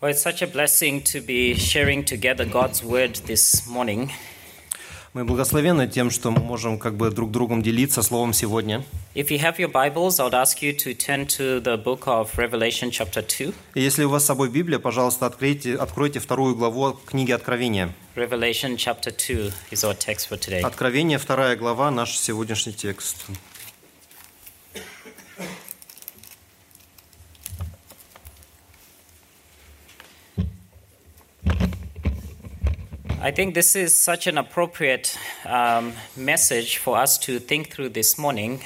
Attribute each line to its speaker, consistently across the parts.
Speaker 1: Well, it's such a blessing to be sharing together God's word this morning.
Speaker 2: Мы благословенны тем, что мы можем как бы друг другом делиться словом сегодня.
Speaker 1: If you have your Bibles, I would ask you to turn to the book of Revelation, chapter 2.
Speaker 2: И если у вас с собой Библия, пожалуйста, откройте, откройте вторую главу книги Откровения.
Speaker 1: Revelation, chapter 2 is our text for today.
Speaker 2: Откровение, вторая глава, наш сегодняшний текст.
Speaker 1: I think this is such an appropriate um, message for us to think through this morning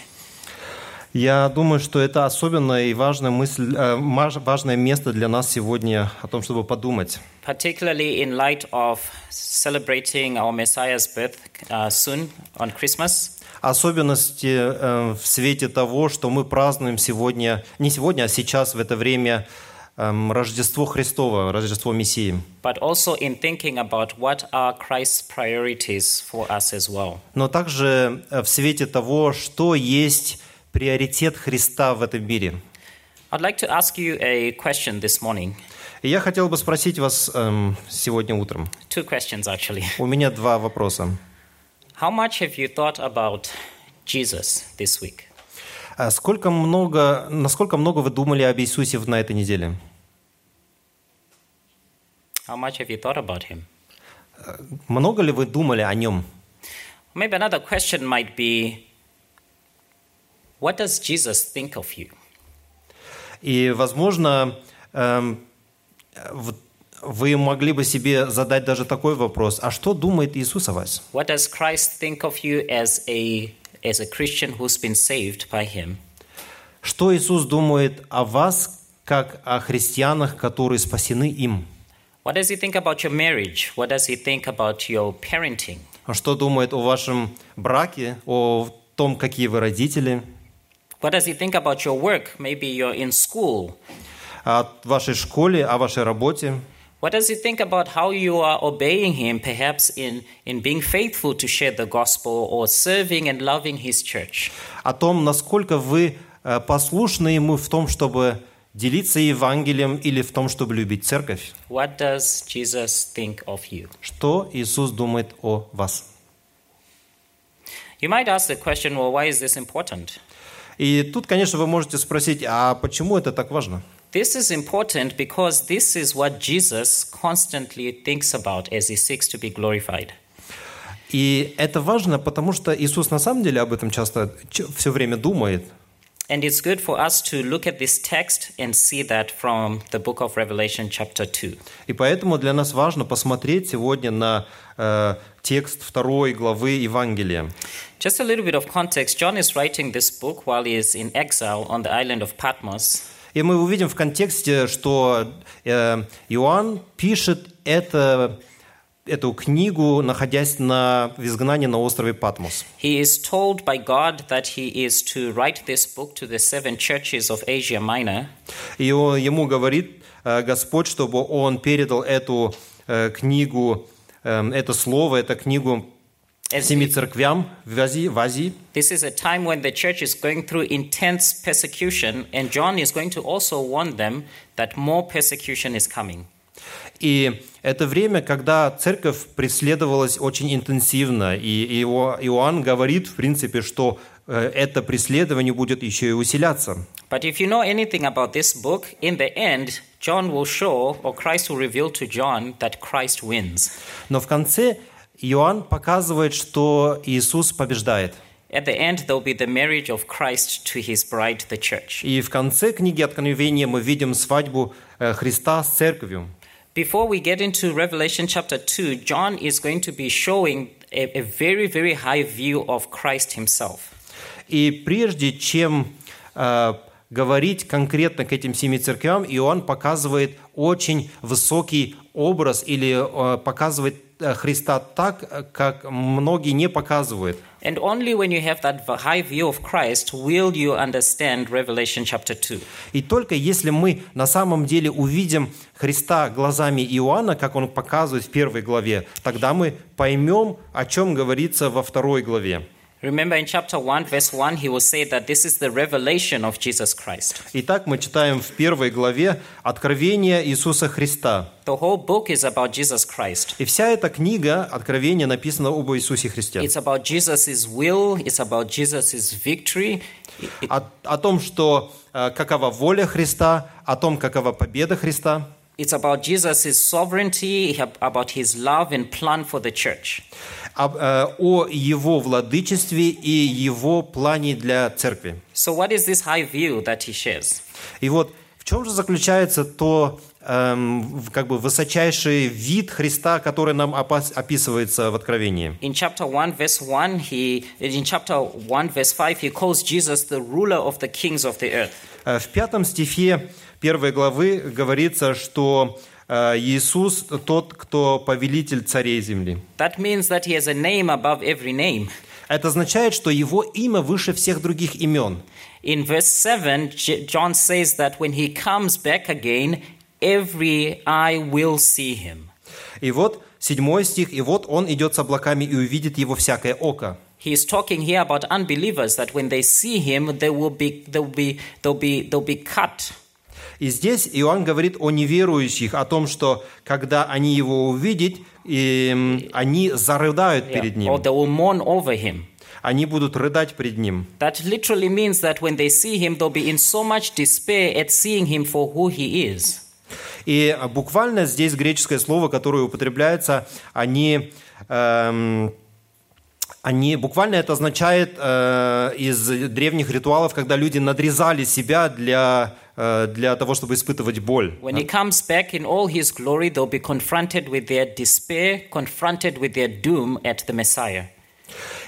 Speaker 2: Я думаю, что это особенное и важная мысль, э, маж- важное место для нас сегодня о том, чтобы подумать.
Speaker 1: particularly in light of celebrating our Messiah's birth uh, soon on Christmas.
Speaker 2: Особенности э, в свете того, что мы празднуем сегодня, не сегодня, а сейчас, в это время, эм, Рождество Христово, Рождество Мессии.
Speaker 1: But also in thinking about what are Christ's priorities for us as well.
Speaker 2: но также э, в свете того, что есть приоритет Христа в этом мире.
Speaker 1: I'd like to ask you a question this morning.
Speaker 2: И я хотел бы спросить вас эм, сегодня утром.
Speaker 1: Two questions, actually.
Speaker 2: У меня два вопроса.
Speaker 1: How much have you thought about Jesus this week?
Speaker 2: А Сколько много, насколько много вы думали об Иисусе в- на этой неделе?
Speaker 1: How much have you thought about him?
Speaker 2: Много ли вы думали о нем?
Speaker 1: Maybe another question might be What does Jesus think of you?
Speaker 2: И, возможно, эм, в- вы могли бы себе задать даже такой вопрос. А что думает Иисус о вас?
Speaker 1: What does Christ think of you as a, as a Christian who's been saved by him?
Speaker 2: Что Иисус думает о вас, как о христианах, которые спасены им?
Speaker 1: What does he think about your marriage? What does he think about your parenting?
Speaker 2: А Что думает о вашем браке, о том, какие вы родители,
Speaker 1: What does he think about your work? Maybe you're in school.
Speaker 2: о вашей школе, о вашей работе?
Speaker 1: What does he think about how you are obeying him, perhaps in, in being faithful to share the gospel or serving and loving his church?
Speaker 2: О том, насколько вы э, послушны Ему в том, чтобы делиться Евангелием или в том, чтобы любить церковь?
Speaker 1: What does Jesus think of you?
Speaker 2: Что Иисус думает о вас?
Speaker 1: You might ask the question, well, why is this important?
Speaker 2: И тут, конечно, вы можете спросить, а почему это так важно?
Speaker 1: This is important because this is what Jesus constantly thinks about as he seeks to be glorified.
Speaker 2: И это важно, потому что Иисус на самом деле об этом часто все время думает.
Speaker 1: And it's good for us to look at this text and see that from the book of Revelation, chapter 2.
Speaker 2: И поэтому для нас важно посмотреть сегодня на э, текст второй главы Евангелия.
Speaker 1: Just a little bit of context John is writing this book while he is in exile on the island of Patmos.
Speaker 2: И мы увидим в контексте, что э, Иоанн пишет это, эту книгу, находясь на, в изгнании на острове Патмос.
Speaker 1: He is told by God that he is to write this book to the seven churches of Asia Minor.
Speaker 2: И он- ему говорит э, Господь, чтобы он передал эту э, книгу, э, это слово, эту книгу
Speaker 1: As
Speaker 2: семи церквям в Азии. В Азии.
Speaker 1: This is a time when the church is going through intense persecution, and John is going to also warn them that more persecution is coming.
Speaker 2: И это время, когда церковь преследовалась очень интенсивно, и Ио- Иоанн говорит, в принципе, что э, это преследование будет еще и усиляться.
Speaker 1: But if you know anything about this book, in the end, John will show, or Christ will reveal to John, that Christ wins.
Speaker 2: Но в конце Иоанн показывает, что Иисус побеждает.
Speaker 1: At the end, there will be the marriage of Christ to his bride, the church.
Speaker 2: И в конце книги Откровения мы видим свадьбу э, Христа с церковью.
Speaker 1: Before we get into Revelation chapter 2, John is going to be showing a, a very, very high view of Christ himself.
Speaker 2: И прежде чем э, говорить конкретно к этим семи церквям, Иоанн показывает очень высокий образ или э, показывает э, Христа так, э, как многие не показывают.
Speaker 1: And only when you have that v- high view of Christ will you understand Revelation chapter 2.
Speaker 2: И только если мы на самом деле увидим Христа глазами Иоанна, как он показывает в первой главе, тогда мы поймем, о чем говорится во второй главе.
Speaker 1: Remember in chapter 1, verse 1, he will say that this is the revelation of Jesus Christ.
Speaker 2: Итак, мы читаем в первой главе «Откровение Иисуса Христа».
Speaker 1: The whole book is about Jesus Christ.
Speaker 2: И вся эта книга «Откровение» написана об Иисусе Христе.
Speaker 1: It's about Jesus' will, it's about Jesus' victory,
Speaker 2: О, о том, что э, какова воля Христа, о том, какова победа Христа.
Speaker 1: it's about Jesus' sovereignty, about his love and plan for the church.
Speaker 2: об- э, о его владычестве и его плане для церкви.
Speaker 1: So, what is this high view that he shares?
Speaker 2: И вот в чем же заключается то эм, в- как бы высочайший вид Христа, который нам опас- описывается в Откровении.
Speaker 1: In chapter 1, verse 1, he, in chapter 1, verse 5, he calls Jesus the ruler of the kings of the earth.
Speaker 2: Э, В пятом стихе первой главы говорится, что э, Иисус тот, кто повелитель царей земли.
Speaker 1: That means that he has a name above every name.
Speaker 2: Это означает, что его имя выше всех других имен.
Speaker 1: In verse 7, J- John says that when he comes back again, every eye will see him.
Speaker 2: И вот седьмой стих, и вот он идет с облаками и увидит его всякое око.
Speaker 1: He is talking here about unbelievers that when they see him, they will be, they'll, be, they'll, be, they'll be cut.
Speaker 2: И здесь Иоанн говорит о неверующих, о том, что когда они его увидят, эм, они зарыдают
Speaker 1: Yeah.
Speaker 2: перед
Speaker 1: Or
Speaker 2: ним,
Speaker 1: they will mourn over him.
Speaker 2: они будут рыдать перед ним.
Speaker 1: That literally means that when they see him, they'll be in so much despair at seeing him for who he is.
Speaker 2: И буквально здесь греческое слово, которое употребляется, они, эм, они буквально это означает э, из древних ритуалов, когда люди надрезали себя для, э, для того, чтобы испытывать боль.
Speaker 1: When he comes back in all his glory, they'll be confronted with their despair, confronted with their doom at the Messiah.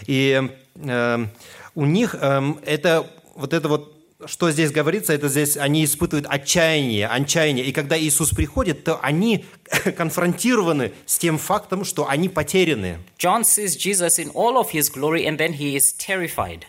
Speaker 2: И эм, у них эм, это вот это вот, что здесь говорится, это здесь они испытывают отчаяние, отчаяние. И когда Иисус приходит, то они конфронтированы с тем фактом, что они потеряны.
Speaker 1: John sees Jesus in all of his glory and then he is terrified.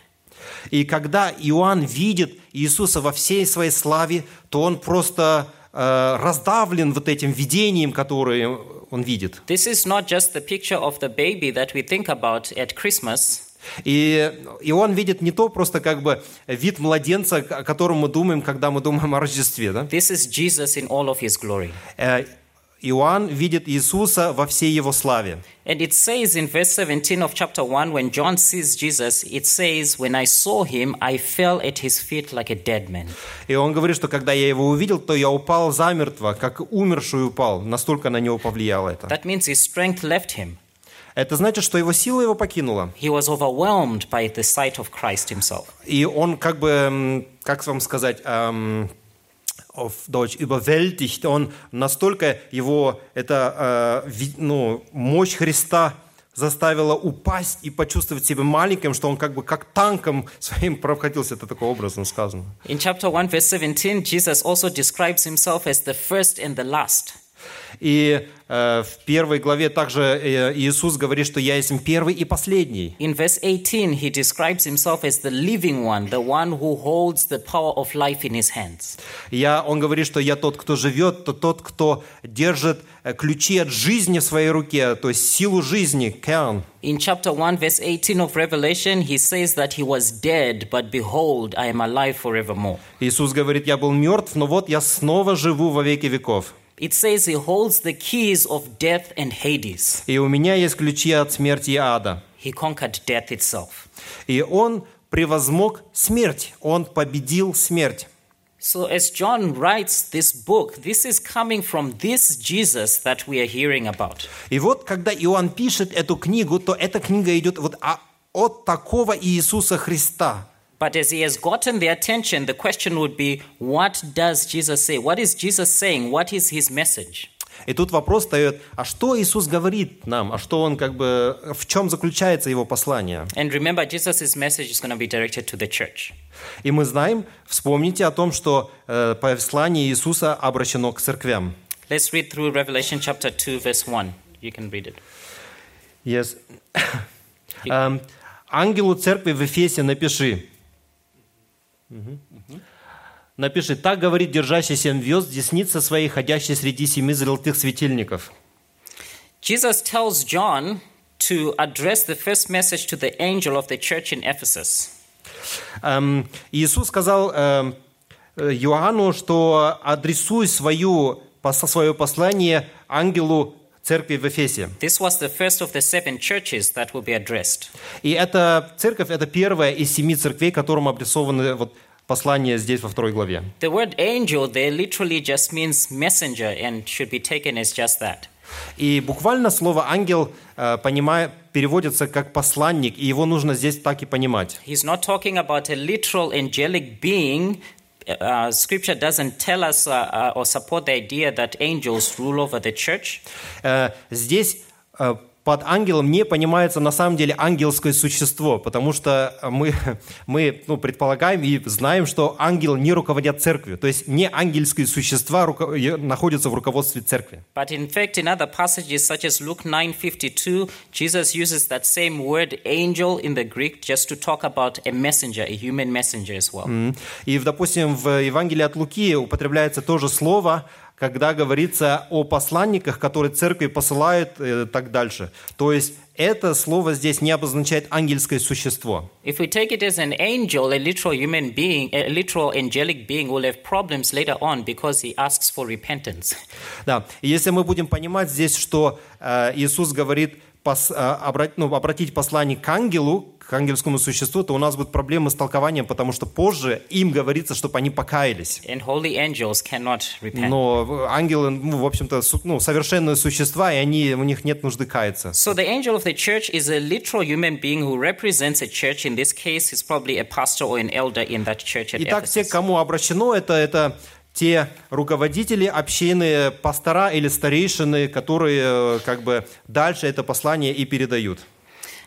Speaker 2: И когда Иоанн видит Иисуса во всей своей славе, то он просто э, раздавлен вот этим видением, которое он видит.
Speaker 1: This is not just the picture of the baby that we think about at Christmas.
Speaker 2: И, и он видит не то просто как бы вид младенца, о котором мы думаем, когда мы думаем о Рождестве. Да?
Speaker 1: This is Jesus in all of his glory.
Speaker 2: Э, Иоанн видит Иисуса во всей его славе.
Speaker 1: And it says in verse 17 of chapter 1, when John sees Jesus, it says, When I saw him, I fell at his feet like a dead man.
Speaker 2: И он говорит, что когда я его увидел, то я упал замертво, как умерший упал. Настолько на него повлияло это.
Speaker 1: That means his strength left him.
Speaker 2: Это значит, что его сила его покинула.
Speaker 1: He was overwhelmed by the sight of Christ himself.
Speaker 2: И он как бы, м, как вам сказать, эм, auf Deutsch, überwältigt. Он настолько его, это, э, ви- ну, мощь Христа заставила упасть и почувствовать себя маленьким, что он как бы как танком своим проходился. Это такой образом сказано.
Speaker 1: In chapter 1, verse 17, Jesus also describes himself as the first and the last.
Speaker 2: И э, в первой главе также э, Иисус говорит, что я есть первый и последний.
Speaker 1: In verse 18, he describes himself as the living one, the one who holds the power of life in his hands.
Speaker 2: Я, он говорит, что я тот, кто живет, то тот, кто держит э, ключи от жизни в своей руке, то есть силу жизни, кэн.
Speaker 1: In chapter 1, verse 18 of Revelation, he says that he was dead, but behold, I am alive forevermore.
Speaker 2: Иисус говорит, я был мертв, но вот я снова живу во веки веков.
Speaker 1: It says he holds the keys of death and Hades.
Speaker 2: И у меня есть ключи от смерти и ада.
Speaker 1: He conquered death itself.
Speaker 2: И он превозмог смерть, он победил смерть.
Speaker 1: So, as John writes this book, this is coming from this Jesus that we are hearing about.
Speaker 2: И вот, когда Иоанн пишет эту книгу, то эта книга идет вот о- от такого Иисуса Христа,
Speaker 1: But as he has gotten their attention, the question would be what does Jesus say? What is Jesus saying? What is his message?
Speaker 2: И тут вопрос встает, а что Иисус говорит нам, а что он как бы, в чем заключается его послание?
Speaker 1: And remember, Jesus' message is going to be directed to the church.
Speaker 2: И мы знаем, вспомните о том, что э, послание Иисуса обращено к церквям.
Speaker 1: Let's read through Revelation chapter 2, verse 1. You can read it.
Speaker 2: Yes. Эм, ангелу церкви в Эфесе напиши. Мгм. Напиши, так говорит держащий семь звезд, десница своей, ходящий среди семи золотых светильников.
Speaker 1: Jesus tells John to address the first message to the angel of the church in Ephesus.
Speaker 2: Эм, Иисус сказал эм, э, Иоанну, что адресуй свою, пос- свое послание ангелу церкви в Эфесе.
Speaker 1: This was the first of the seven churches that will be addressed.
Speaker 2: И эта церковь – это первая из семи церквей, которым обрисованы вот послание здесь во второй главе.
Speaker 1: The word angel there literally just means messenger and should be taken as just that.
Speaker 2: И буквально слово «ангел» э, понимает, переводится как «посланник», и его нужно здесь так и понимать.
Speaker 1: He's not talking about a literal angelic being. Uh, scripture doesn't tell us uh, uh, or support the idea that angels rule over the church.
Speaker 2: Э, Здесь э, под ангелом не понимается на самом деле ангельское существо, потому что мы, мы ну, предполагаем и знаем, что ангелы не руководят церковью, то есть не ангельские существа руко- е- находятся в руководстве церкви.
Speaker 1: But in fact, in other passages such as Luke 9:52, Jesus uses that same word angel in the Greek just to talk about a messenger, a human messenger as well.
Speaker 2: М. И, допустим, в Евангелии от Луки употребляется то же слово, когда говорится о посланниках, которые церкви посылают э, так дальше. То есть это слово здесь не обозначает ангельское существо.
Speaker 1: If we take it as an angel, a literal human being, a literal angelic being will have problems later on because he asks for repentance.
Speaker 2: Да, и если мы будем понимать здесь, что э, Иисус говорит пос- э, обра- ну, обратить послание к ангелу, к ангельскому существу, то у нас будут проблемы с толкованием, потому что позже им говорится, чтобы они покаялись.
Speaker 1: And holy angels cannot repent.
Speaker 2: Но в- ангелы, ну, в общем-то, су- ну, совершенные существа, и они, у них нет нужды каяться.
Speaker 1: So the angel of the church is a literal human being who represents a church. In this case, he's probably a pastor or an elder in that church at
Speaker 2: Итак, те,
Speaker 1: Ephesus.
Speaker 2: к кому обращено, это, это те руководители общины, пастора или старейшины, которые э, как бы дальше это послание и передают.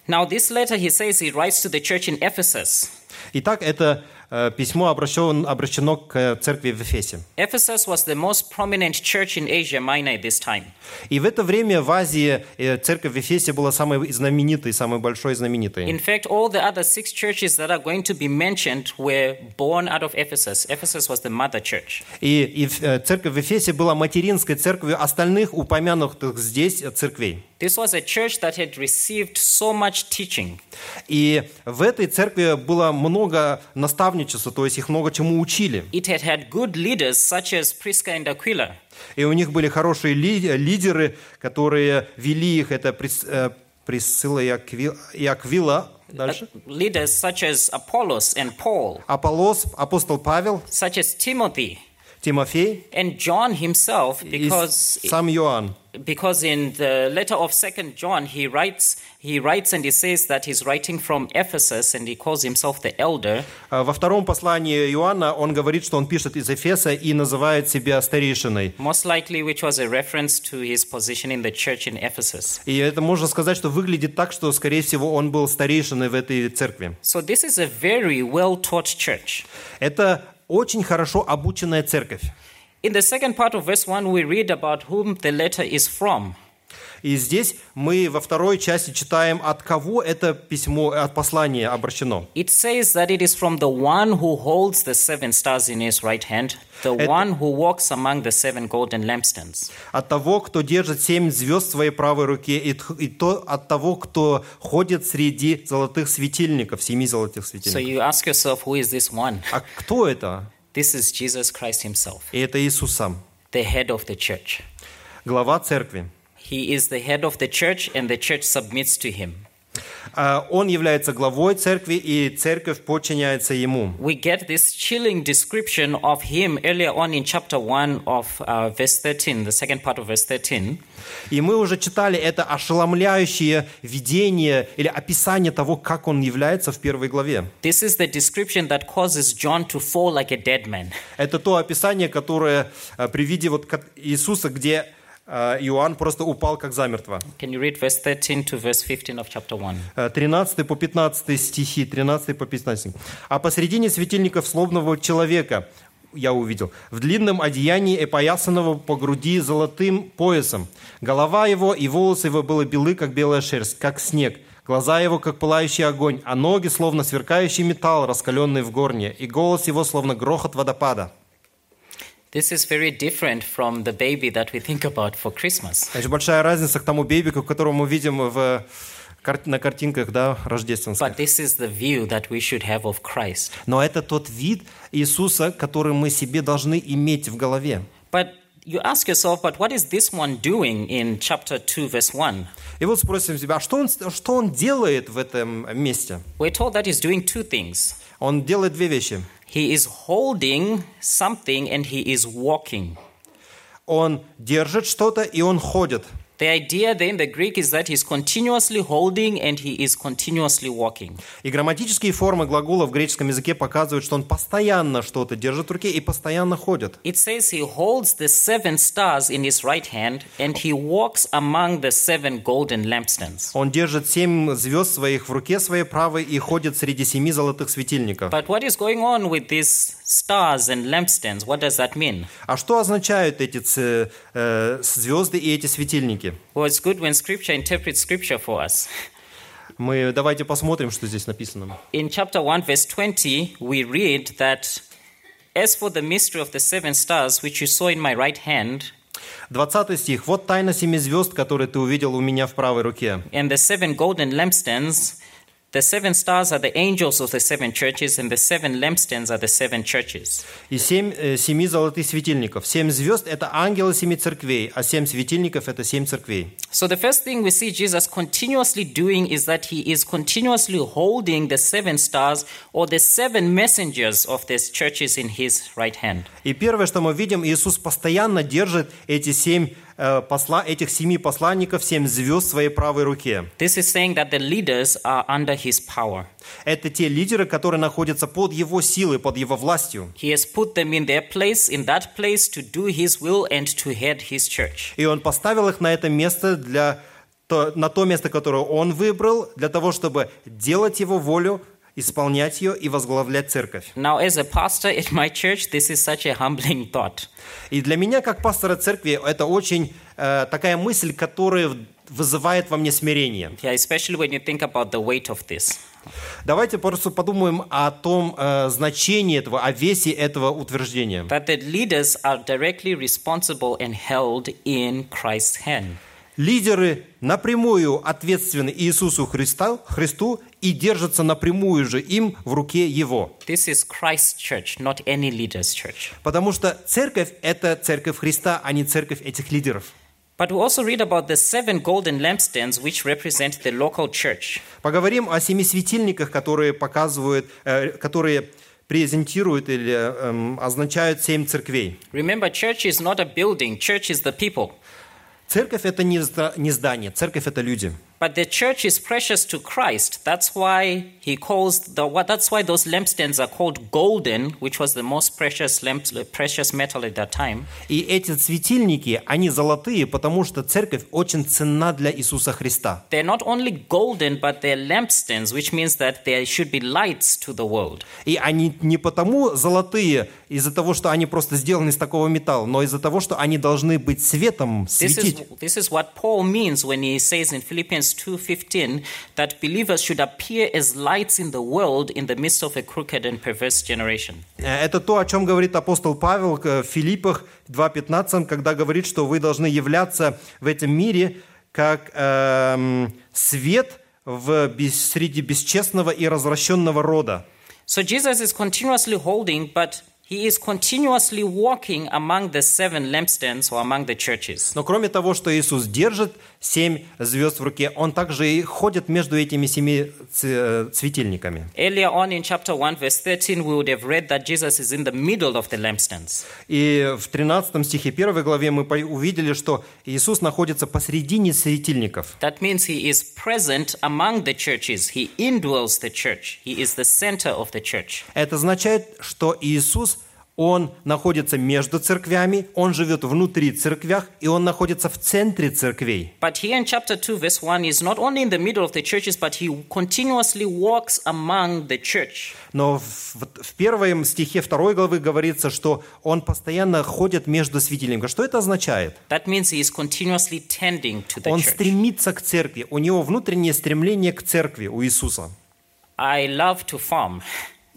Speaker 1: Now, this letter, he says he writes to the church in Ephesus.
Speaker 2: Итак, это э, письмо обращен- обращено к э, церкви в Эфесе.
Speaker 1: Ephesus was the most prominent church in Asia Minor at this time.
Speaker 2: И в это время в Азии э, церковь в Эфесе была самой знаменитой, самой большой и знаменитой.
Speaker 1: In fact, all the other six churches that are going to be mentioned were born out of Ephesus. Ephesus was the mother church.
Speaker 2: И, и в- э, церковь в Эфесе была материнской церковью остальных упомянутых здесь э, церквей.
Speaker 1: This was a church that had received so much teaching.
Speaker 2: И в этой церкви было много наставничества, то есть их много чему учили.
Speaker 1: It had had good leaders such as Prisca and Aquila. uh,
Speaker 2: И у них были хорошие ли- лидеры, которые вели их. Это Прис- э, Присцилла и Акви- и Аквила. Дальше.
Speaker 1: Leaders such as Apollos and Paul,
Speaker 2: Аполос, апостол Павел,
Speaker 1: such as Timothy
Speaker 2: Тимофей
Speaker 1: and John himself,
Speaker 2: и
Speaker 1: because
Speaker 2: сам Иоанн.
Speaker 1: because in the letter of Second John he writes he writes and he says that he's writing from Ephesus and he calls himself the elder.
Speaker 2: А Во втором послании Иоанна он говорит, что он пишет из Эфеса и называет себя старейшиной.
Speaker 1: Most likely, which was a reference to his position in the church in Ephesus.
Speaker 2: И это можно сказать, что выглядит так, что, скорее всего, он был старейшиной в этой церкви.
Speaker 1: So, this is a very well taught church.
Speaker 2: Это очень хорошо обученная церковь.
Speaker 1: In the second part of verse 1, we read about whom the letter is from.
Speaker 2: И здесь мы во второй части читаем, от кого это письмо, от послания обращено.
Speaker 1: It says that it is from the one who holds the seven stars in his right hand, the
Speaker 2: It-
Speaker 1: one who walks among the seven golden lampstands.
Speaker 2: От того, кто держит семь звезд в своей правой руке, и, т- и то от того, кто ходит среди золотых светильников, семи золотых
Speaker 1: So,
Speaker 2: светильников.
Speaker 1: you ask yourself, who is this one?
Speaker 2: А кто это?
Speaker 1: This is Jesus Christ himself,
Speaker 2: И это Иисус сам,
Speaker 1: the head of the church.
Speaker 2: глава церкви.
Speaker 1: He is the head of the church, and the church submits to him.
Speaker 2: А Он является главой церкви, и церковь подчиняется ему.
Speaker 1: we get this chilling description of him earlier on in chapter 1 of uh, verse 13, the second part of verse 13.
Speaker 2: И мы уже читали это ошеломляющее видение или описание того, как он является в первой главе.
Speaker 1: This is the description that causes John to fall like a dead man.
Speaker 2: Это то описание, которое э, при виде вот кат- Иисуса, где э, Иоанн просто упал как замертво.
Speaker 1: Can you read verse 13 to verse 15 of chapter 1?
Speaker 2: Э, 13 по 15 стихи, 13 по 15. «А посредине светильников словного человека я увидел, в длинном одеянии опоясанного по груди золотым поясом. Голова его и волосы его были белы, как белая шерсть, как снег, глаза его, как пылающий огонь, а ноги, словно сверкающий металл, раскаленный в горне, и голос его, словно грохот водопада».
Speaker 1: This is very different from the baby that we think about for Christmas.
Speaker 2: Это же большая разница к тому бейбику, которого мы видим в кар- на картинках да, рождественских.
Speaker 1: But this is the view that we should have of Christ.
Speaker 2: Но это тот вид Иисуса, который мы себе должны иметь в голове.
Speaker 1: But you ask yourself, but what is this one doing in chapter 2, verse 1?
Speaker 2: И вот спросим себя, а что он, что он делает в этом месте?
Speaker 1: We're told that he's doing two things.
Speaker 2: Он делает две вещи.
Speaker 1: He is holding something and he is walking.
Speaker 2: Он держит что-то, и он ходит.
Speaker 1: The idea there in the Greek is that he's continuously holding and he is continuously walking.
Speaker 2: И грамматические формы глагола в греческом языке показывают, что он постоянно что-то держит в руке и постоянно ходит.
Speaker 1: It says he holds the seven stars in his right hand and he walks among the seven golden lampstands.
Speaker 2: Он держит семь звезд своих в руке своей правой и ходит среди семи золотых светильников.
Speaker 1: But what is going on with these stars and lampstands? What does that mean?
Speaker 2: А что означают эти ц- э, звезды и эти светильники?
Speaker 1: Well, it's good when scripture interprets scripture for us.
Speaker 2: Мы давайте посмотрим, что здесь написано.
Speaker 1: In chapter 1, verse 20, we read that as for the mystery of the seven stars which you saw in my right hand
Speaker 2: 20 стих. «Вот тайна семи звезд, которые ты увидел у меня в правой руке.
Speaker 1: and the seven golden lampstands, the seven stars are the angels of the seven churches, and the seven lampstands are the seven churches.
Speaker 2: И семь, э, семи золотых светильников. Семь звезд – это ангелы семи церквей, а семь светильников – это семь церквей».
Speaker 1: So the first thing we see Jesus continuously doing is that he is continuously holding the seven stars or the seven messengers of these churches in his right hand.
Speaker 2: И первое, что мы видим, Иисус постоянно держит эти семь э, посла, этих семи посланников, семь звезд в своей правой руке.
Speaker 1: This is saying that the leaders are under his power.
Speaker 2: Это те лидеры, которые находятся под его силой, под его властью.
Speaker 1: He has put them in their place, in that place, to do His will and to head His church.
Speaker 2: И он поставил их на это место для то- на то место, которое он выбрал, для того, чтобы делать его волю, исполнять ее и возглавлять церковь.
Speaker 1: Now, as a pastor in my church, this is such a humbling thought.
Speaker 2: И для меня, как пастора церкви, это очень э, такая мысль, которая вызывает во мне смирение.
Speaker 1: Yeah, especially when you think about the weight of this.
Speaker 2: Давайте просто подумаем о том э, значении этого, о весе этого утверждения.
Speaker 1: That the leaders are directly responsible and held in Christ's hand.
Speaker 2: Лидеры напрямую ответственны Иисусу Христа, Христу и держатся напрямую же им в руке Его.
Speaker 1: This is Christ's church, not any leader's church.
Speaker 2: Потому что церковь – это церковь Христа, а не церковь этих лидеров.
Speaker 1: But we also read about the seven golden lampstands, which represent the local church.
Speaker 2: Поговорим о семи светильниках, которые показывают, э, которые презентируют или эм, означают семь церквей.
Speaker 1: Remember, church is not a building, church is the people.
Speaker 2: Церковь – это не зда- не здание, церковь – это люди.
Speaker 1: But the church is precious to Christ. That's why he calls the wha- that's why those lampstands are called golden, which was the most precious lamp, precious metal at that time.
Speaker 2: И эти светильники, они золотые, потому что церковь очень ценна для Иисуса Христа.
Speaker 1: They're not only golden, but they're lampstands, which means that there should be lights to the world.
Speaker 2: И они не потому золотые, из-за того, что они просто сделаны из такого металла, но из-за того, что они должны быть светом,
Speaker 1: This is,
Speaker 2: светить.
Speaker 1: this is what Paul means when he says in Philippians 2:15 that believers should appear as lights in the world in the midst of a crooked and perverse generation.
Speaker 2: Э, Это то, о чем говорит апостол Павел э, в Филиппах 2.15, когда говорит, что вы должны являться в этом мире как эм, свет в, бес- среди бесчестного и развращенного рода.
Speaker 1: So Jesus is continuously holding, but he is continuously walking among the seven lampstands or among the churches.
Speaker 2: Но кроме того, что Иисус держит семь звезд в руке, Он также и ходит между этими семи ц- э, светильниками.
Speaker 1: Earlier on in chapter 1, verse 13, we would have read that Jesus is in the middle of the lampstands.
Speaker 2: И в 13 стихе 1 главе мы по- увидели, что Иисус находится посредине светильников.
Speaker 1: That means he is present among the churches. He indwells the church. He is the center of the church.
Speaker 2: Это означает, что Иисус, Он находится между церквями, Он живет внутри церквях, и Он находится в центре церквей.
Speaker 1: But here in chapter 2, verse 1, he's not only in the middle of the churches, but he continuously walks among the church.
Speaker 2: Но в, в- в первом стихе 2 главы говорится, что Он постоянно ходит между светильниками. Что это означает?
Speaker 1: That means he is continuously tending to the
Speaker 2: Он
Speaker 1: church.
Speaker 2: стремится к церкви, у Него внутреннее стремление к церкви, у Иисуса.
Speaker 1: I love to farm.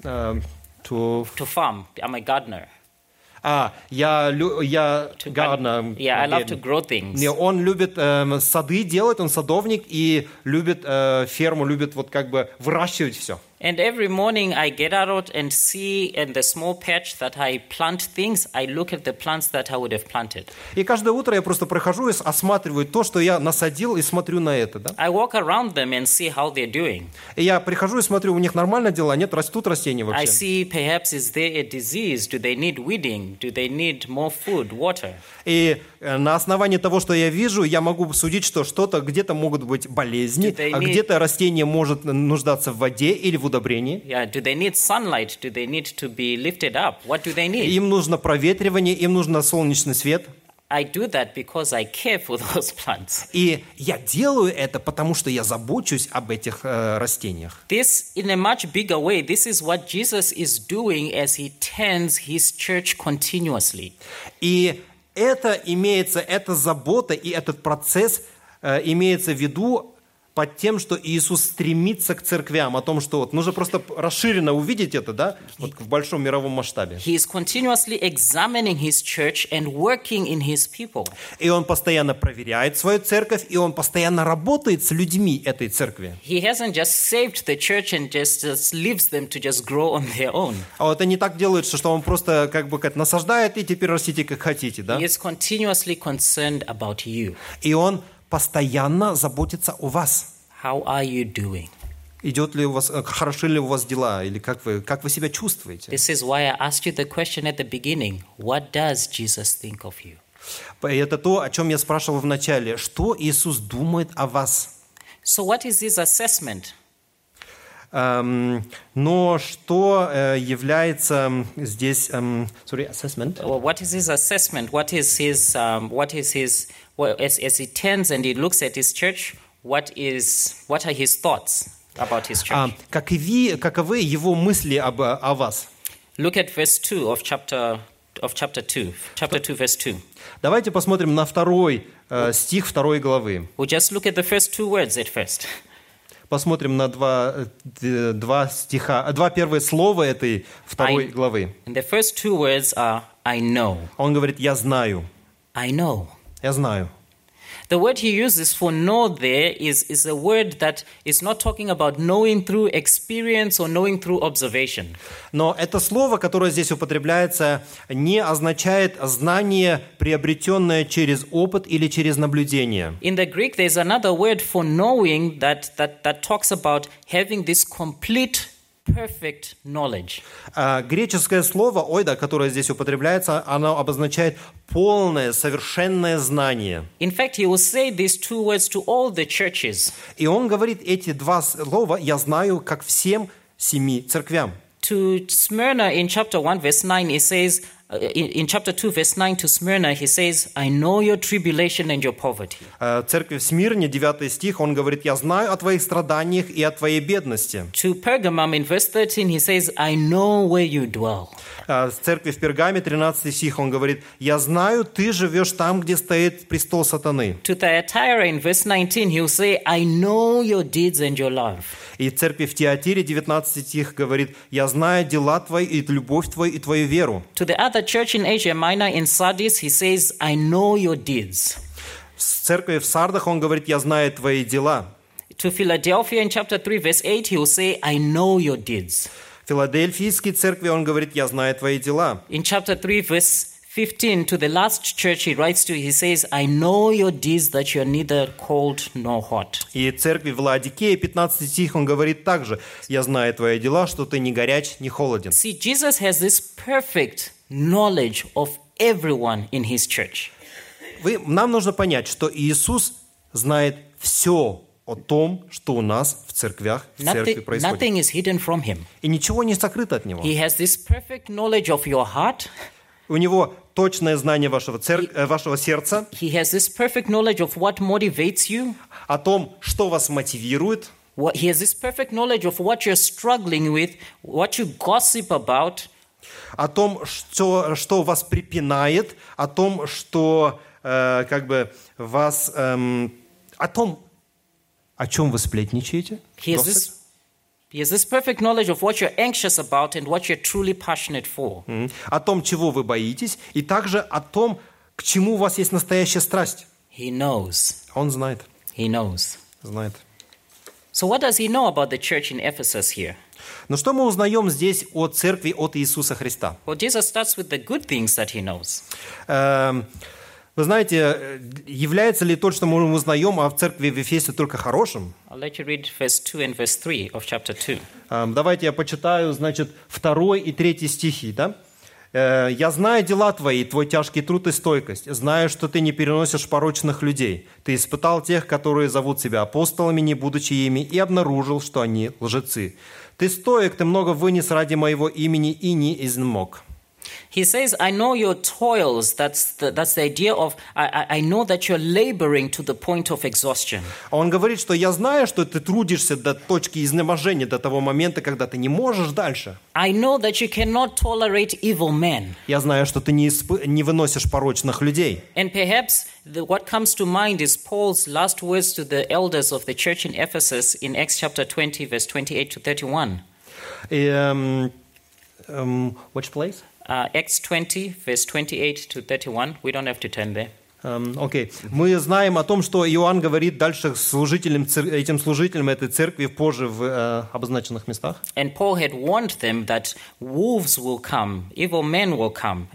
Speaker 2: Э, то-
Speaker 1: to farm. I'm a gardener.
Speaker 2: А, я, лю- я gardener.
Speaker 1: yeah, I love to
Speaker 2: again.
Speaker 1: grow things.
Speaker 2: Не, он любит эм, сады делать, он садовник и любит э, ферму, любит вот как бы выращивать все.
Speaker 1: And every morning I get out and see in the small patch that I plant things, I look at the plants that I would have planted.
Speaker 2: И каждое утро я просто прохожу и с- осматриваю то, что я насадил, и смотрю на это, да.
Speaker 1: I walk around them and see how they're doing.
Speaker 2: И я прихожу и смотрю, у них нормально дела, нет, растут растения
Speaker 1: I
Speaker 2: вообще.
Speaker 1: see perhaps is there a disease? Do they need weeding? Do they need more food, water?
Speaker 2: И э, на основании того, что я вижу, я могу судить, что что-то где-то могут быть болезни,
Speaker 1: Do they
Speaker 2: а
Speaker 1: need-
Speaker 2: где-то растение может нуждаться в воде или в удобрении.
Speaker 1: Yeah, do they need sunlight? Do they need to be lifted up? What do they need?
Speaker 2: Им нужно проветривание, им нужно солнечный свет.
Speaker 1: I do that because I care for those plants.
Speaker 2: И я делаю это, потому что я забочусь об этих э, растениях.
Speaker 1: This, in a much bigger way, this is what Jesus is doing as he tends his church continuously.
Speaker 2: И это имеется, эта забота и этот процесс э, имеется в виду под тем, что Иисус стремится к церквям, о том, что вот нужно просто расширенно увидеть это, да, вот в большом мировом масштабе.
Speaker 1: He is continuously examining his church and working in his people.
Speaker 2: И он постоянно проверяет свою церковь, и он постоянно работает с людьми этой церкви.
Speaker 1: He hasn't just saved the church and just, just leaves them to just grow on their own.
Speaker 2: А вот они так делают, что, что он просто как бы как насаждает, и теперь растите как хотите, да?
Speaker 1: He is continuously concerned about you.
Speaker 2: И он постоянно заботится о вас.
Speaker 1: How are you doing?
Speaker 2: Идет ли у вас, э, хороши ли у вас дела, или как вы, как вы себя чувствуете.
Speaker 1: This is why I asked you the question at the beginning What does Jesus think of you?
Speaker 2: И это то, о чем я спрашивал в начале. Что Иисус думает о вас?
Speaker 1: So, what is his assessment?
Speaker 2: Эм, но что э, является м, здесь... эм, sorry, assessment?
Speaker 1: Well, what is his assessment? What is his, um, what is his, well, as, as he turns and he looks at his church, what, is, what are his thoughts about his church?
Speaker 2: А, какови- каковы его мысли об, э, о вас?
Speaker 1: Look at verse 2 of chapter, of chapter 2, chapter 2, verse 2.
Speaker 2: Давайте посмотрим на второй э, стих второй главы.
Speaker 1: We'll just look at the first two words at first.
Speaker 2: Посмотрим на два, э, д- два стиха, а, два первые слова этой второй
Speaker 1: I-
Speaker 2: главы.
Speaker 1: And the first two words are I know.
Speaker 2: Он говорит, я знаю,
Speaker 1: I know.
Speaker 2: я знаю.
Speaker 1: The word he uses for know there is, is a word that is not talking about knowing through experience or knowing through observation.
Speaker 2: Но это слово, которое здесь употребляется, не означает знание, приобретенное через опыт или через наблюдение.
Speaker 1: In the Greek, there's another word for knowing that, that, that talks about having this complete, perfect knowledge.
Speaker 2: А, Греческое слово ойда, которое здесь употребляется, оно обозначает полное, совершенное знание.
Speaker 1: In fact, he will say these two words to all the churches,
Speaker 2: И он говорит эти два слова «я знаю, как всем семи церквям».
Speaker 1: to Smyrna in chapter 1, verse 9, he says, uh, in, in chapter 2, verse 9 to Smyrna, he says, I know your tribulation and your poverty.
Speaker 2: Э, Церкви в Смирне, 9 стих, он говорит «я знаю о твоих страданиях и о твоей бедности».
Speaker 1: To Pergamum in verse 13, he says, I know where you dwell.
Speaker 2: Э, В церкви в Пергаме, 13 стих, он говорит «я знаю, ты живешь там, где стоит престол сатаны».
Speaker 1: To Thyatira in verse 19, he will say, I know your deeds and your love.
Speaker 2: И в церкви в Тиатире, 19 стих, говорит «я знаю дела твои и любовь твою и твою веру».
Speaker 1: To the other church in Asia Minor in Sardis, he says, I know your deeds.
Speaker 2: В церкви в Сардах он говорит «я знаю твои дела».
Speaker 1: To Philadelphia in chapter 3, verse 8, he will say, I know your deeds.
Speaker 2: В Филадельфийской церкви он говорит «я знаю твои дела».
Speaker 1: In chapter 3, verse 15, to the last church he writes to, he says, I know your deeds that you're neither cold nor hot.
Speaker 2: И церкви в Ладикее, 15 стих, он говорит также, «Я знаю твои дела, что ты не горяч, не холоден».
Speaker 1: See, Jesus has this perfect knowledge of everyone in his church.
Speaker 2: Вы, нам нужно понять, что Иисус знает все о том, что у нас в церквях, в церкви
Speaker 1: Nothing,
Speaker 2: происходит.
Speaker 1: nothing is hidden from him.
Speaker 2: И ничего не сокрыто от Него.
Speaker 1: He has this perfect knowledge of your heart.
Speaker 2: У Него точное знание вашего, цер- э, вашего сердца,
Speaker 1: He has this perfect knowledge of what motivates you.
Speaker 2: о том, что вас мотивирует,
Speaker 1: What, he has this perfect knowledge of what you're struggling with, what you gossip about,
Speaker 2: о том, что, что вас припинает, о том, что э, как бы вас... эм, о том, о чем вы сплетничаете.
Speaker 1: He has
Speaker 2: Gossip.
Speaker 1: this Yes, this perfect knowledge of what you're anxious about and what you're truly passionate for,
Speaker 2: М. о том, чего вы боитесь, и также о том, к чему у вас есть настоящая страсть.
Speaker 1: he knows.
Speaker 2: Он знает,
Speaker 1: He knows.
Speaker 2: знает.
Speaker 1: So, what does he know about the church in Ephesus here?
Speaker 2: Но что мы узнаем здесь о церкви от Иисуса Христа?
Speaker 1: Well, Jesus starts with the good things that he knows.
Speaker 2: Эм, Вы знаете, э, является ли то, что мы узнаем о церкви в Ефесе, только хорошим?
Speaker 1: I'll let you read verse 2 and verse 3 of chapter 2.
Speaker 2: Эм, Давайте я почитаю, значит, второй и третий стихи, да? Э, «Я знаю дела твои, твой тяжкий труд и стойкость. Знаю, что ты не переносишь порочных людей. Ты испытал тех, которые зовут себя апостолами, не будучи ими, и обнаружил, что они лжецы. Ты стоек, ты много вынес ради моего имени и не измог».
Speaker 1: He says, I know your toils. That's the, that's the idea of, I, I, I know that you're laboring to the point of exhaustion.
Speaker 2: А Он говорит, что я знаю, что ты трудишься до точки изнеможения, до того момента, когда ты не можешь дальше.
Speaker 1: I know that you cannot tolerate evil men.
Speaker 2: Я знаю, что ты не, испы- не выносишь порочных людей.
Speaker 1: And perhaps the, what comes to mind is Paul's last words to the elders of the church in Ephesus in Acts chapter 20, verse 28 to 31.
Speaker 2: Эм, эм, which place?
Speaker 1: Uh, Acts 20, verse 28 to 31. We don't have to turn there.
Speaker 2: Эм, окей. Мы знаем о том, что Иоанн говорит дальше служителям, цер- этим служителям этой церкви позже в э, обозначенных местах.
Speaker 1: And Paul had warned them that wolves will come, evil men will come.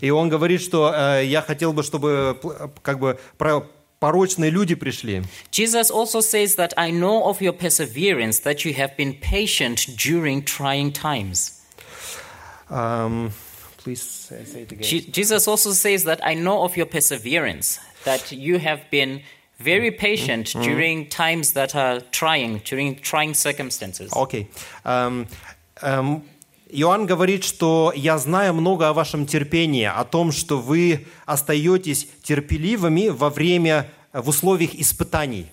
Speaker 2: И он говорит, что э, я хотел бы, чтобы пл- как бы про- порочные люди пришли.
Speaker 1: Jesus also says that I know of your perseverance, that you have been patient during trying times.
Speaker 2: Эм, please say it again.
Speaker 1: Je- Jesus also says that I know of your perseverance, that you have been very patient during times that are trying, during trying circumstances.
Speaker 2: А, Окей. Эм, эм, Иоанн говорит, что я знаю много о вашем терпении, о том, что вы остаетесь терпеливыми во время, э, в условиях испытаний.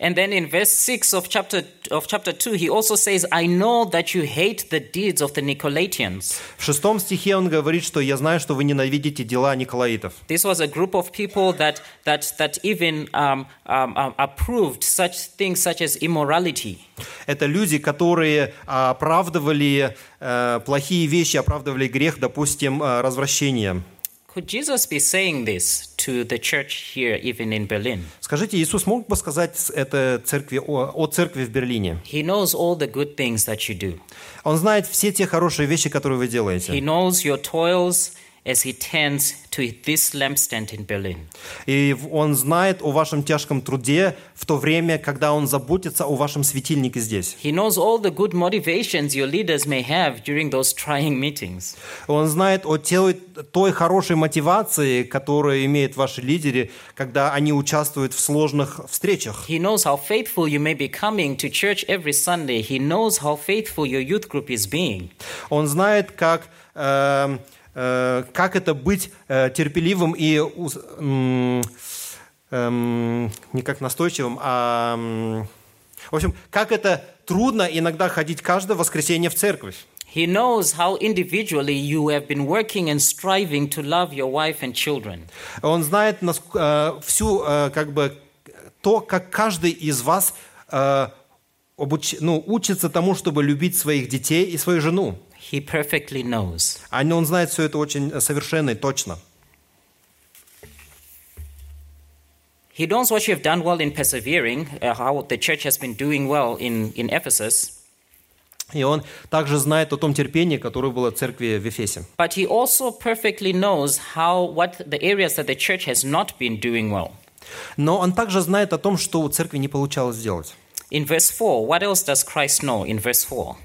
Speaker 1: And then in verse 6 of chapter of chapter 2 he also says I know that you hate the deeds of the Nicolaitans.
Speaker 2: В шестом стихе он говорит, что я знаю, что вы ненавидите дела Николаитов.
Speaker 1: This was a group of people that that that even um, um, um, approved such things such as immorality.
Speaker 2: Это люди, которые а, оправдывали э, плохие вещи, оправдывали грех, допустим, э, развращением.
Speaker 1: Could Jesus be saying this to the church here even in Berlin?
Speaker 2: Скажите, Иисус мог бы сказать с- это церкви, о, о церкви в Берлине?
Speaker 1: He knows all the good things that you do.
Speaker 2: Он знает все те хорошие вещи, которые вы делаете.
Speaker 1: He knows your toils as he tends to this lampstand in Berlin.
Speaker 2: И в- Он знает о вашем тяжком труде в то время, когда Он заботится о вашем светильнике здесь.
Speaker 1: He knows all the good motivations your leaders may have during those trying meetings.
Speaker 2: Он знает о те- той хорошей мотивации, которую имеют ваши лидеры, когда они участвуют в сложных встречах.
Speaker 1: He knows how faithful you may be coming to church every Sunday. He knows how faithful your youth group is being.
Speaker 2: Он знает, как, эм, э, как это быть э, терпеливым и ус- м, эм, не как настойчивым, а м, в общем, как это трудно иногда ходить каждое воскресенье в церковь.
Speaker 1: He knows how individually you have been working and striving to love your wife and children.
Speaker 2: Он знает наск- э, всю, э, как бы, то, как каждый из вас э, обуч- ну, учится тому, чтобы любить своих детей и свою жену.
Speaker 1: He perfectly knows.
Speaker 2: А не- Он знает все это очень э, совершенно и точно.
Speaker 1: He knows what you have done well in persevering, uh, how the church has been doing well in, in Ephesus,
Speaker 2: И он также знает о том терпении, которое было в церкви в Ефесе.
Speaker 1: but he also perfectly knows how what the areas that the church has not been doing well.
Speaker 2: Но он также знает о том, что у церкви не получалось сделать.
Speaker 1: In verse 4, what else does Christ know in verse 4?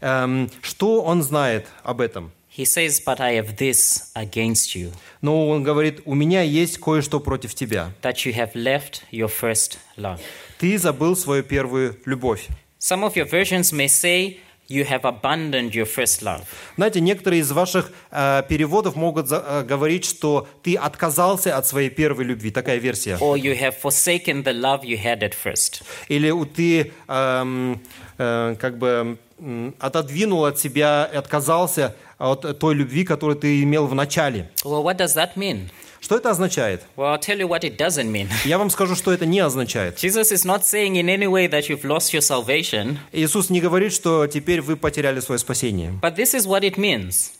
Speaker 2: Эм, что он знает об этом?
Speaker 1: He says, But I have this against you,
Speaker 2: Но он говорит, у меня есть кое-что против тебя.
Speaker 1: that you have left your first love.
Speaker 2: Ты забыл свою первую любовь.
Speaker 1: Some of your versions may say, You have abandoned your first love.
Speaker 2: Знаете, некоторые из ваших э, переводов могут за- э, говорить, что ты отказался от своей первой любви, такая версия.
Speaker 1: Or you have forsaken the love you had at first.
Speaker 2: Или у- ты эм, э, как бы м, отодвинул от себя, и отказался от той любви, которую ты имел в начале.
Speaker 1: Well, what does that mean?
Speaker 2: Что это означает?
Speaker 1: Well, I'll tell you what it doesn't mean.
Speaker 2: Я вам скажу, что это не означает.
Speaker 1: Jesus is not saying in any way that you've lost your salvation,
Speaker 2: Иисус не говорит, что теперь вы потеряли свое спасение.
Speaker 1: but this is what it means.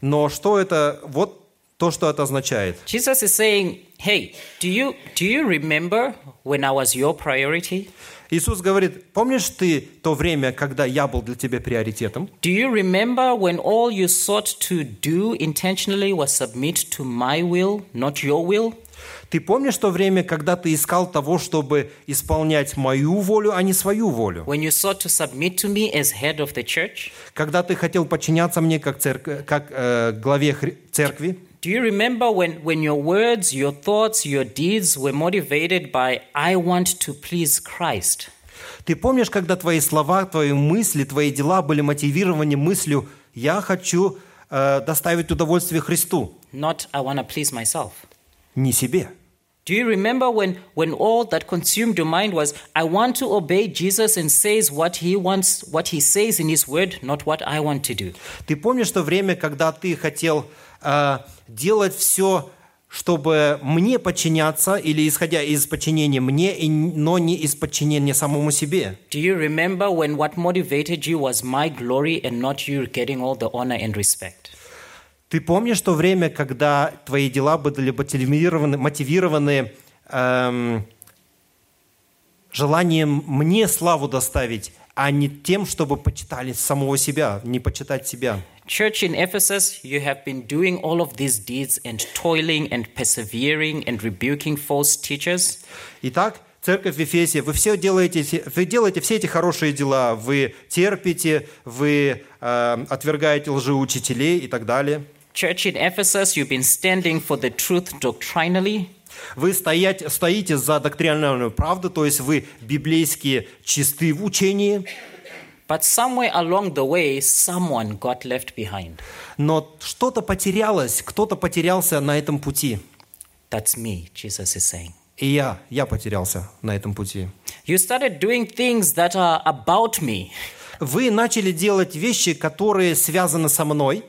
Speaker 2: Но что это, вот то, что это означает.
Speaker 1: Jesus is saying, "Hey, do you do you remember when I was your priority?
Speaker 2: Иисус говорит, помнишь ты то время, когда я был для тебя приоритетом?
Speaker 1: Do you remember when all you sought to do intentionally was submit to my will, not your will?
Speaker 2: Ты помнишь то время, когда ты искал того, чтобы исполнять мою волю, а не свою волю?
Speaker 1: When you sought to submit to me as head of the church?
Speaker 2: Когда ты хотел подчиняться мне как, церк- как э, главе хри- церкви?
Speaker 1: Do you remember when, when your words, your thoughts, your deeds were motivated by, I want to please Christ?
Speaker 2: Ты помнишь, когда твои слова, твои мысли, твои дела были мотивированы мыслью «я хочу э, доставить удовольствие Христу,
Speaker 1: Not, I want to please myself.
Speaker 2: не себе».
Speaker 1: Do you remember when, when all that consumed your mind was, I want to obey Jesus and says what he wants, what he says in his word, not what I want to do?
Speaker 2: Ты помнишь то время, когда ты хотел э, делать все, чтобы мне подчиняться, или исходя из подчинения мне, и- но не из подчинения самому себе?
Speaker 1: Do you remember when what motivated you was my glory and not you getting all the honor and respect?
Speaker 2: Ты помнишь то время, когда твои дела были мотивированы, мотивированы эм, желанием мне славу доставить, а не тем, чтобы почитали самого себя, не почитать себя?
Speaker 1: Church in Ephesus, you have been doing all of these deeds and toiling and persevering and rebuking false teachers,
Speaker 2: Итак, церковь в Ефесе, вы все делаете, все- вы делаете все эти хорошие дела, вы терпите, вы э, отвергаете лжеучителей и так далее.
Speaker 1: Church in Ephesus, you've been standing for the truth doctrinally,
Speaker 2: Вы стоять, стоите за доктринальную правду, то есть вы библейские чисты в учении,
Speaker 1: but somewhere along the way, someone got left behind.
Speaker 2: но что-то потерялось, кто-то потерялся на этом пути.
Speaker 1: That's me, Jesus is saying.
Speaker 2: И я, я потерялся на этом пути.
Speaker 1: You started doing things that are about me.
Speaker 2: Вы начали делать вещи, которые связаны со мной.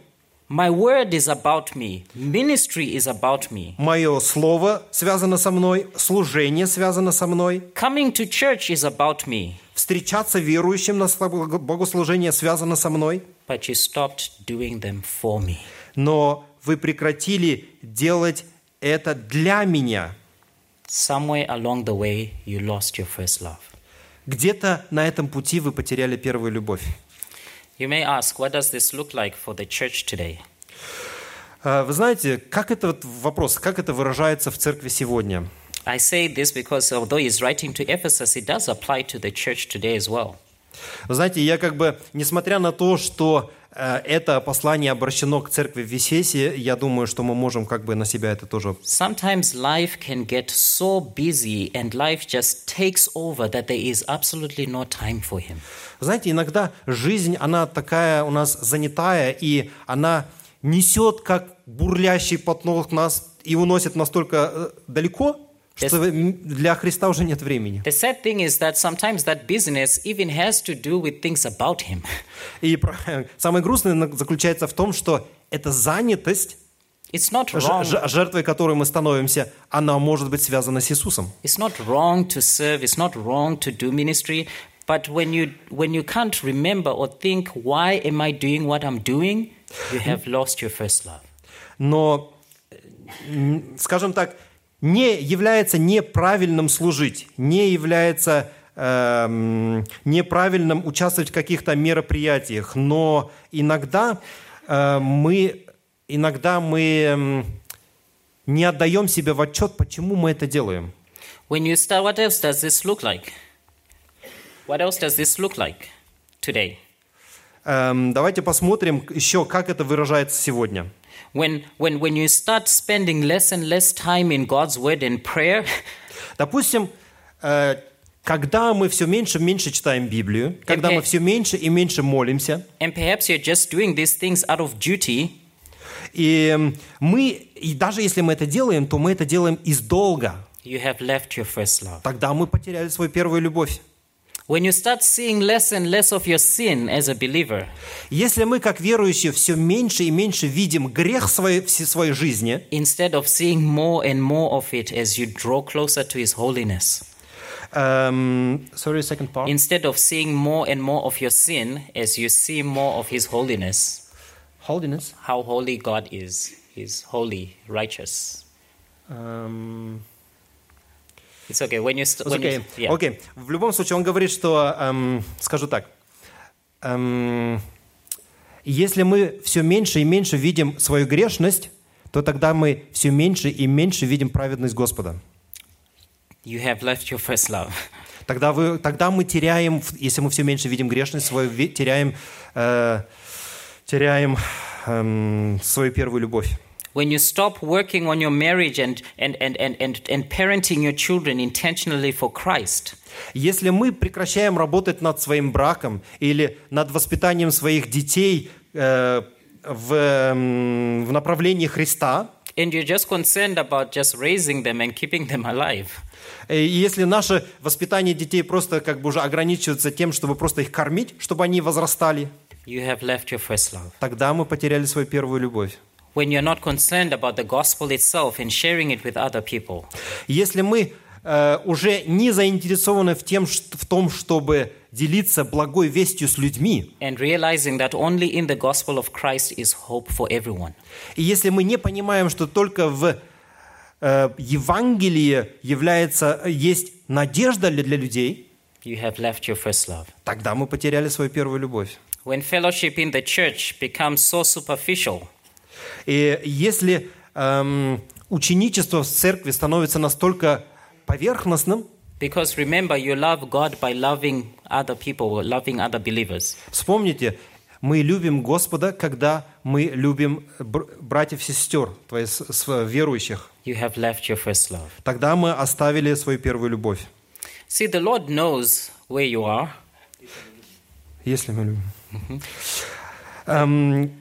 Speaker 1: My word is about me, ministry is about me.
Speaker 2: Мое слово связано со мной, служение связано со мной.
Speaker 1: Coming to church is about me,
Speaker 2: Встречаться верующим на слабо- богослужение связано со мной,
Speaker 1: but you stopped doing them for me.
Speaker 2: но вы прекратили делать это для меня.
Speaker 1: Somewhere along the way, you lost your first love.
Speaker 2: Где-то на этом пути вы потеряли первую любовь.
Speaker 1: You may ask, what does this look like for the church today?
Speaker 2: А, Вы знаете, как это вот вопрос, как это выражается в церкви сегодня?
Speaker 1: I say this because although he's writing to Ephesus, it does apply to the church today as well.
Speaker 2: Вы знаете, я как бы, несмотря на то, что э, это послание обращено к церкви в Весесе, я думаю, что мы можем как бы на себя это тоже...
Speaker 1: Sometimes life can get so busy and life just takes over that there is absolutely no time for him.
Speaker 2: Знаете, иногда жизнь, она такая у нас занятая, и она несет как бурлящий поток нас и уносит настолько э, далеко, что м, для Христа уже нет времени.
Speaker 1: The sad thing is that sometimes that business even has to do with things about him.
Speaker 2: И про- самое грустное на- заключается в том, что эта занятость,
Speaker 1: It's not
Speaker 2: ж-
Speaker 1: wrong.
Speaker 2: ж- жертвой которой мы становимся, она может быть связана с Иисусом.
Speaker 1: It's not wrong to serve, it's not wrong to do ministry, but when you when you can't remember or think why am I doing what I'm doing, you have lost your first love.
Speaker 2: но, э, м, скажем так, не является неправильным служить, не является эм, неправильным участвовать в каких-то мероприятиях, но иногда э, мы иногда мы эм, не отдаем себе в отчет, почему мы это делаем.
Speaker 1: When you start what else does this look like? What else does this look like today?
Speaker 2: Эм, давайте посмотрим еще, как это выражается сегодня.
Speaker 1: When when when you start spending less and less time in God's word and prayer,
Speaker 2: Допустим, э, когда мы все меньше и меньше читаем Библию, когда мы
Speaker 1: Окей.
Speaker 2: все меньше и меньше молимся,
Speaker 1: and perhaps you're just doing these things out of duty,
Speaker 2: И мы, и даже если мы это делаем, то мы это делаем из долга.
Speaker 1: you have left your first love.
Speaker 2: Тогда мы потеряли свою первую любовь.
Speaker 1: When you start seeing less and less of your sin as a believer,
Speaker 2: Если мы, как верующие, все меньше и меньше видим грех своей, всей своей жизни,
Speaker 1: instead of seeing more and more of it as you draw closer to His holiness,
Speaker 2: эм, sorry, second part.
Speaker 1: instead of seeing more and more of your sin as you see more of His holiness,
Speaker 2: Holiness.
Speaker 1: how holy God is. He's holy, righteous.
Speaker 2: эм,
Speaker 1: It's okay. When you, st-
Speaker 2: It's
Speaker 1: when
Speaker 2: okay.
Speaker 1: you yeah.
Speaker 2: Окей. В любом случае, он говорит, что, эм, скажу так, эм, если мы все меньше и меньше видим свою грешность, то тогда мы все меньше и меньше видим праведность Господа.
Speaker 1: you have left your first love.
Speaker 2: Тогда, вы, тогда мы теряем, если мы все меньше видим грешность свою, ви- теряем, э, теряем эм, свою первую любовь.
Speaker 1: When you stop working on your marriage and, and, and, and, and, and parenting your children intentionally for Christ,
Speaker 2: Если мы прекращаем работать над своим браком или над воспитанием своих детей э, в, эм, в направлении Христа,
Speaker 1: and you're just concerned about just raising them and keeping them alive,
Speaker 2: э, и если наше воспитание детей просто как бы уже ограничивается тем, чтобы просто их кормить, чтобы они возрастали,
Speaker 1: you have left your first love.
Speaker 2: тогда мы потеряли свою первую любовь.
Speaker 1: When you're not concerned about the gospel itself and sharing it with other people,
Speaker 2: Если мы э, уже не заинтересованы в, тем, что- в том, чтобы делиться благой вестью с людьми,
Speaker 1: and realizing that only in the gospel of Christ is hope for everyone.
Speaker 2: и если мы не понимаем, что только в э, Евангелии является, есть надежда ли для людей,
Speaker 1: You have left your first love.
Speaker 2: тогда мы потеряли свою первую любовь.
Speaker 1: When fellowship in the church becomes so superficial,
Speaker 2: И если эм, ученичество в церкви становится настолько поверхностным,
Speaker 1: Because remember, you love God by loving other people, loving other believers.
Speaker 2: вспомните, мы любим Господа, когда мы любим э, бр- братьев и сестер, то есть с- с- верующих.
Speaker 1: You have left your first love.
Speaker 2: Тогда мы оставили свою первую любовь.
Speaker 1: See, the Lord knows where you are.
Speaker 2: Если мы любим. Эм,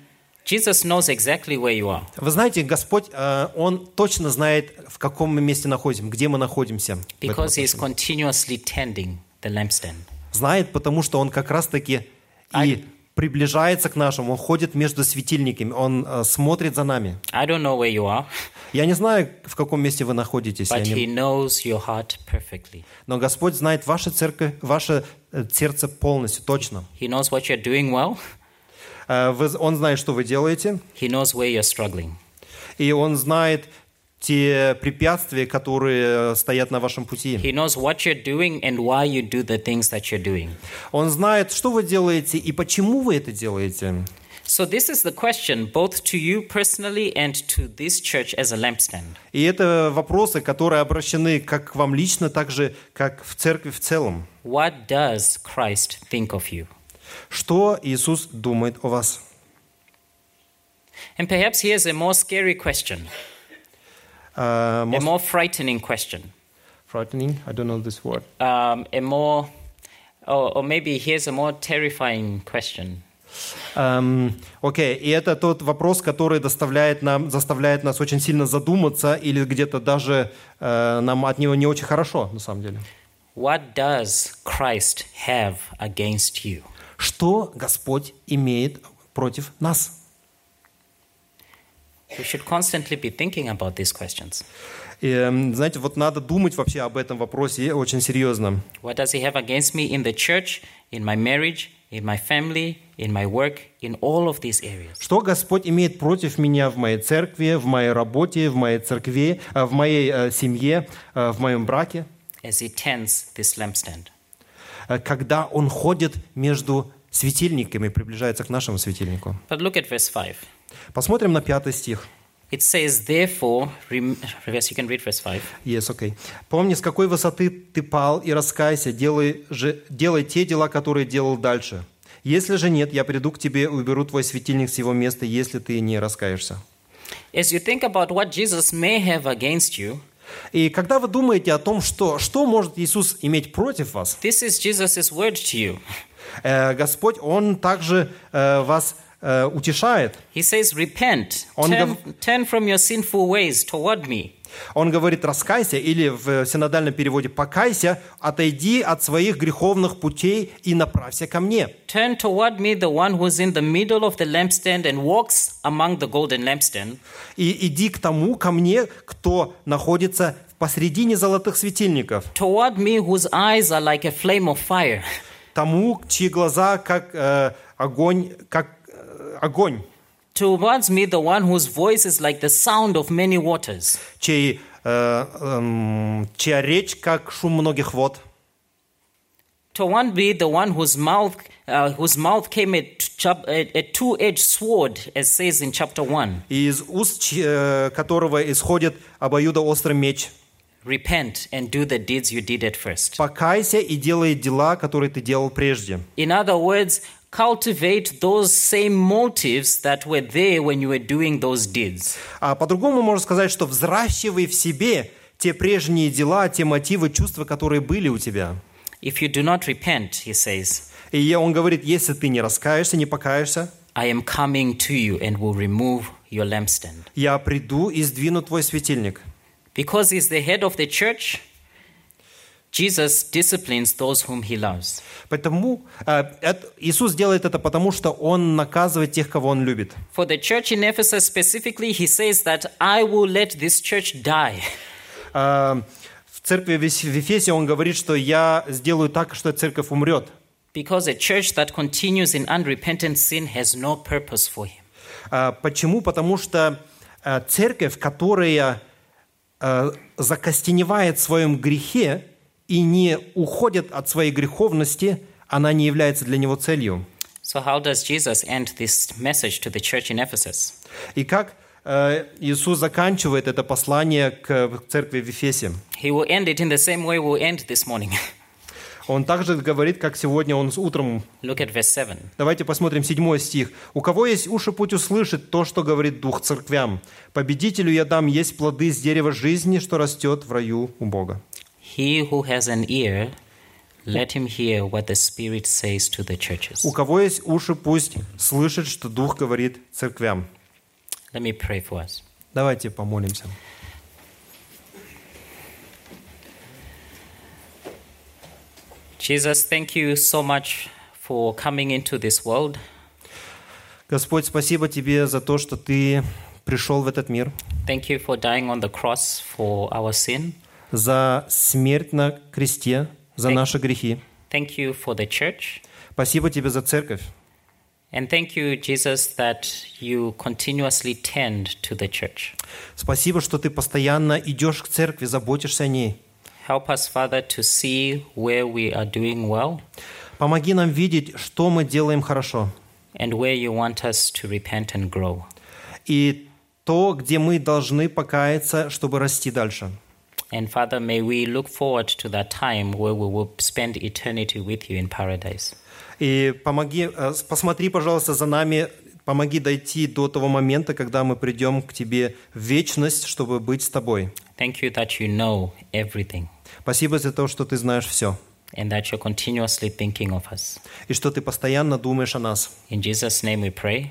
Speaker 1: Jesus knows exactly where you are
Speaker 2: Вы знаете, Господь, э, Он точно знает, в каком мы месте находим, где мы находимся. в этом
Speaker 1: because He is
Speaker 2: отношении.
Speaker 1: continuously tending the lampstand.
Speaker 2: Знает, потому что Он как раз-таки и
Speaker 1: I-
Speaker 2: приближается к нашему, Он ходит между светильниками, Он э, смотрит за нами.
Speaker 1: I don't know where you are,
Speaker 2: Я не знаю, в каком месте вы находитесь, я
Speaker 1: but
Speaker 2: не-
Speaker 1: He knows your heart perfectly.
Speaker 2: но Господь знает ваше, церковь, ваше э, сердце полностью, точно.
Speaker 1: He knows what you're doing well,
Speaker 2: Э, вы- Он знает, что вы делаете,
Speaker 1: He knows where you're struggling.
Speaker 2: И он знает те препятствия, которые э, стоят на вашем пути.
Speaker 1: He knows what you're doing and why you do the things that you're doing.
Speaker 2: Он знает, что вы делаете и почему вы это делаете.
Speaker 1: So, this is the question both to you personally and to this church as a lampstand.
Speaker 2: И это вопросы, которые обращены как к вам лично, так же, как в церкви в целом.
Speaker 1: What does Christ think of you?
Speaker 2: Что Иисус думает о вас?
Speaker 1: And perhaps here's a more scary question,
Speaker 2: Э,
Speaker 1: a
Speaker 2: most-
Speaker 1: more frightening question,
Speaker 2: frightening? I don't know this word.
Speaker 1: um, a more, or, or maybe here's a more terrifying question.
Speaker 2: Эм, Окей, и это тот вопрос, который доставляет нам, заставляет нас очень сильно задуматься или где-то даже э, нам от него не очень хорошо, на самом деле.
Speaker 1: What does Christ have against you?
Speaker 2: что Господь имеет против нас.
Speaker 1: We should constantly be thinking about these questions.
Speaker 2: И, эм, знаете, вот надо думать вообще об этом вопросе очень серьезно.
Speaker 1: What does he have against me in the church, in my marriage, in my family, in my work, in all of these areas?
Speaker 2: Что Господь имеет против меня в моей церкви, в моей работе, в моей церкви, э, в моей э, семье, э, в моем браке,
Speaker 1: As he tends this lampstand.
Speaker 2: э, когда Он ходит между светильниками, приближается к нашему светильнику.
Speaker 1: But look at verse 5.
Speaker 2: Посмотрим на пятый стих.
Speaker 1: It says, therefore, rem- yes, you can read verse 5.
Speaker 2: Yes, okay. Помни, с какой высоты ты пал, и раскайся, делай, же, делай те дела, которые делал дальше. Если же нет, я приду к тебе и уберу твой светильник с его места, если ты не раскаешься.
Speaker 1: As you think about what Jesus may have against you,
Speaker 2: И когда вы думаете о том, что, что может Иисус иметь против вас,
Speaker 1: this is Jesus' word to you.
Speaker 2: э, Господь, Он также э, вас э, э, утешает.
Speaker 1: He says, Repent,
Speaker 2: Он
Speaker 1: turn, turn from your sinful ways toward me.
Speaker 2: Он говорит «раскайся» или в синодальном переводе «покайся», «отойди от своих греховных путей и направься ко мне».
Speaker 1: Turn toward me the one who's in the middle of the lampstand and walks among the golden lampstand.
Speaker 2: И иди к тому, ко мне, кто находится посредине золотых светильников,
Speaker 1: Toward me whose eyes are like a flame of fire.
Speaker 2: тому, чьи глаза как э, огонь, как э, огонь,
Speaker 1: Towards me the one whose voice is like the sound of many waters.
Speaker 2: чей, э, эм, чья речь как шум многих вод,
Speaker 1: Toward me the one whose mouth, uh, whose mouth came a, chap- a, a two edged sword, as says in chapter 1.
Speaker 2: и из уст чь- э, которого исходит обоюдоострый меч.
Speaker 1: Repent and do the deeds you did at first.
Speaker 2: «Покайся и делай дела, которые ты делал прежде».
Speaker 1: In other words, cultivate those same motives that were there when you were doing those deeds.
Speaker 2: А по-другому можно сказать, что взращивай в себе те прежние дела, те мотивы, чувства, которые были у тебя.
Speaker 1: If you do not repent, he says,
Speaker 2: И он говорит, если ты не раскаешься, не покаешься,
Speaker 1: I am coming to you and will remove your lampstand.
Speaker 2: я приду и сдвину твой светильник.
Speaker 1: Because he's the head of the church, Jesus disciplines those whom he loves.
Speaker 2: Потому э, эт- Иисус делает это потому, что Он наказывает тех, кого Он любит.
Speaker 1: For the church in Ephesus specifically, he says that I will let this church die.
Speaker 2: Э, в церкви в Эс- в Ефесе Он говорит, что я сделаю так, что церковь умрет.
Speaker 1: Because a church that continues in unrepentant sin has no purpose for him.
Speaker 2: Э, почему? Потому что э, церковь, которая э, закостеневает в своем грехе и не уходит от своей греховности, она не является для него целью.
Speaker 1: So, how does Jesus end this message to the church in Ephesus?
Speaker 2: И как э, Иисус заканчивает это послание к церкви в Ефесе?
Speaker 1: He will end it in the same way we'll end this morning.
Speaker 2: Он также говорит, как сегодня он с утром.
Speaker 1: Look at verse 7.
Speaker 2: Давайте посмотрим седьмой стих. «У кого есть уши, путь услышит то, что говорит Дух церквям. Победителю я дам есть плоды с дерева жизни, что растет в раю у Бога».
Speaker 1: He who has an ear, let him hear what the Spirit says to the churches.
Speaker 2: У кого есть уши, пусть слышит, что Дух говорит церквям.
Speaker 1: Let me pray for us.
Speaker 2: Давайте помолимся.
Speaker 1: Jesus, thank you so much for coming into this world.
Speaker 2: Господь, спасибо Тебе за то, что Ты пришел в этот мир,
Speaker 1: Thank you for dying on the cross for our sin.
Speaker 2: за смерть на кресте, за наши грехи.
Speaker 1: Thank you for the church.
Speaker 2: Спасибо Тебе за церковь.
Speaker 1: And thank you, Jesus, that you continuously tend to the church.
Speaker 2: Спасибо, что Ты постоянно идешь к церкви, заботишься о ней.
Speaker 1: Help us, Father, to see where we are doing well
Speaker 2: Помоги нам видеть, что мы делаем хорошо,
Speaker 1: and where you want us to repent and grow.
Speaker 2: и то, где мы должны покаяться, чтобы расти дальше.
Speaker 1: And Father, may we look forward to that time where we will spend eternity with you in paradise.
Speaker 2: И помоги, э, с- посмотри, пожалуйста, за нами, помоги дойти до того момента, когда мы придем к Тебе в вечность, чтобы быть с Тобой.
Speaker 1: Thank you that you know everything
Speaker 2: Спасибо за то, что Ты знаешь все,
Speaker 1: and that you're continuously thinking of us.
Speaker 2: и что Ты постоянно думаешь о нас.
Speaker 1: In Jesus' name we pray.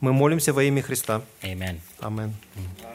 Speaker 2: Мы молимся во имя Христа.
Speaker 1: Amen.
Speaker 2: Аминь.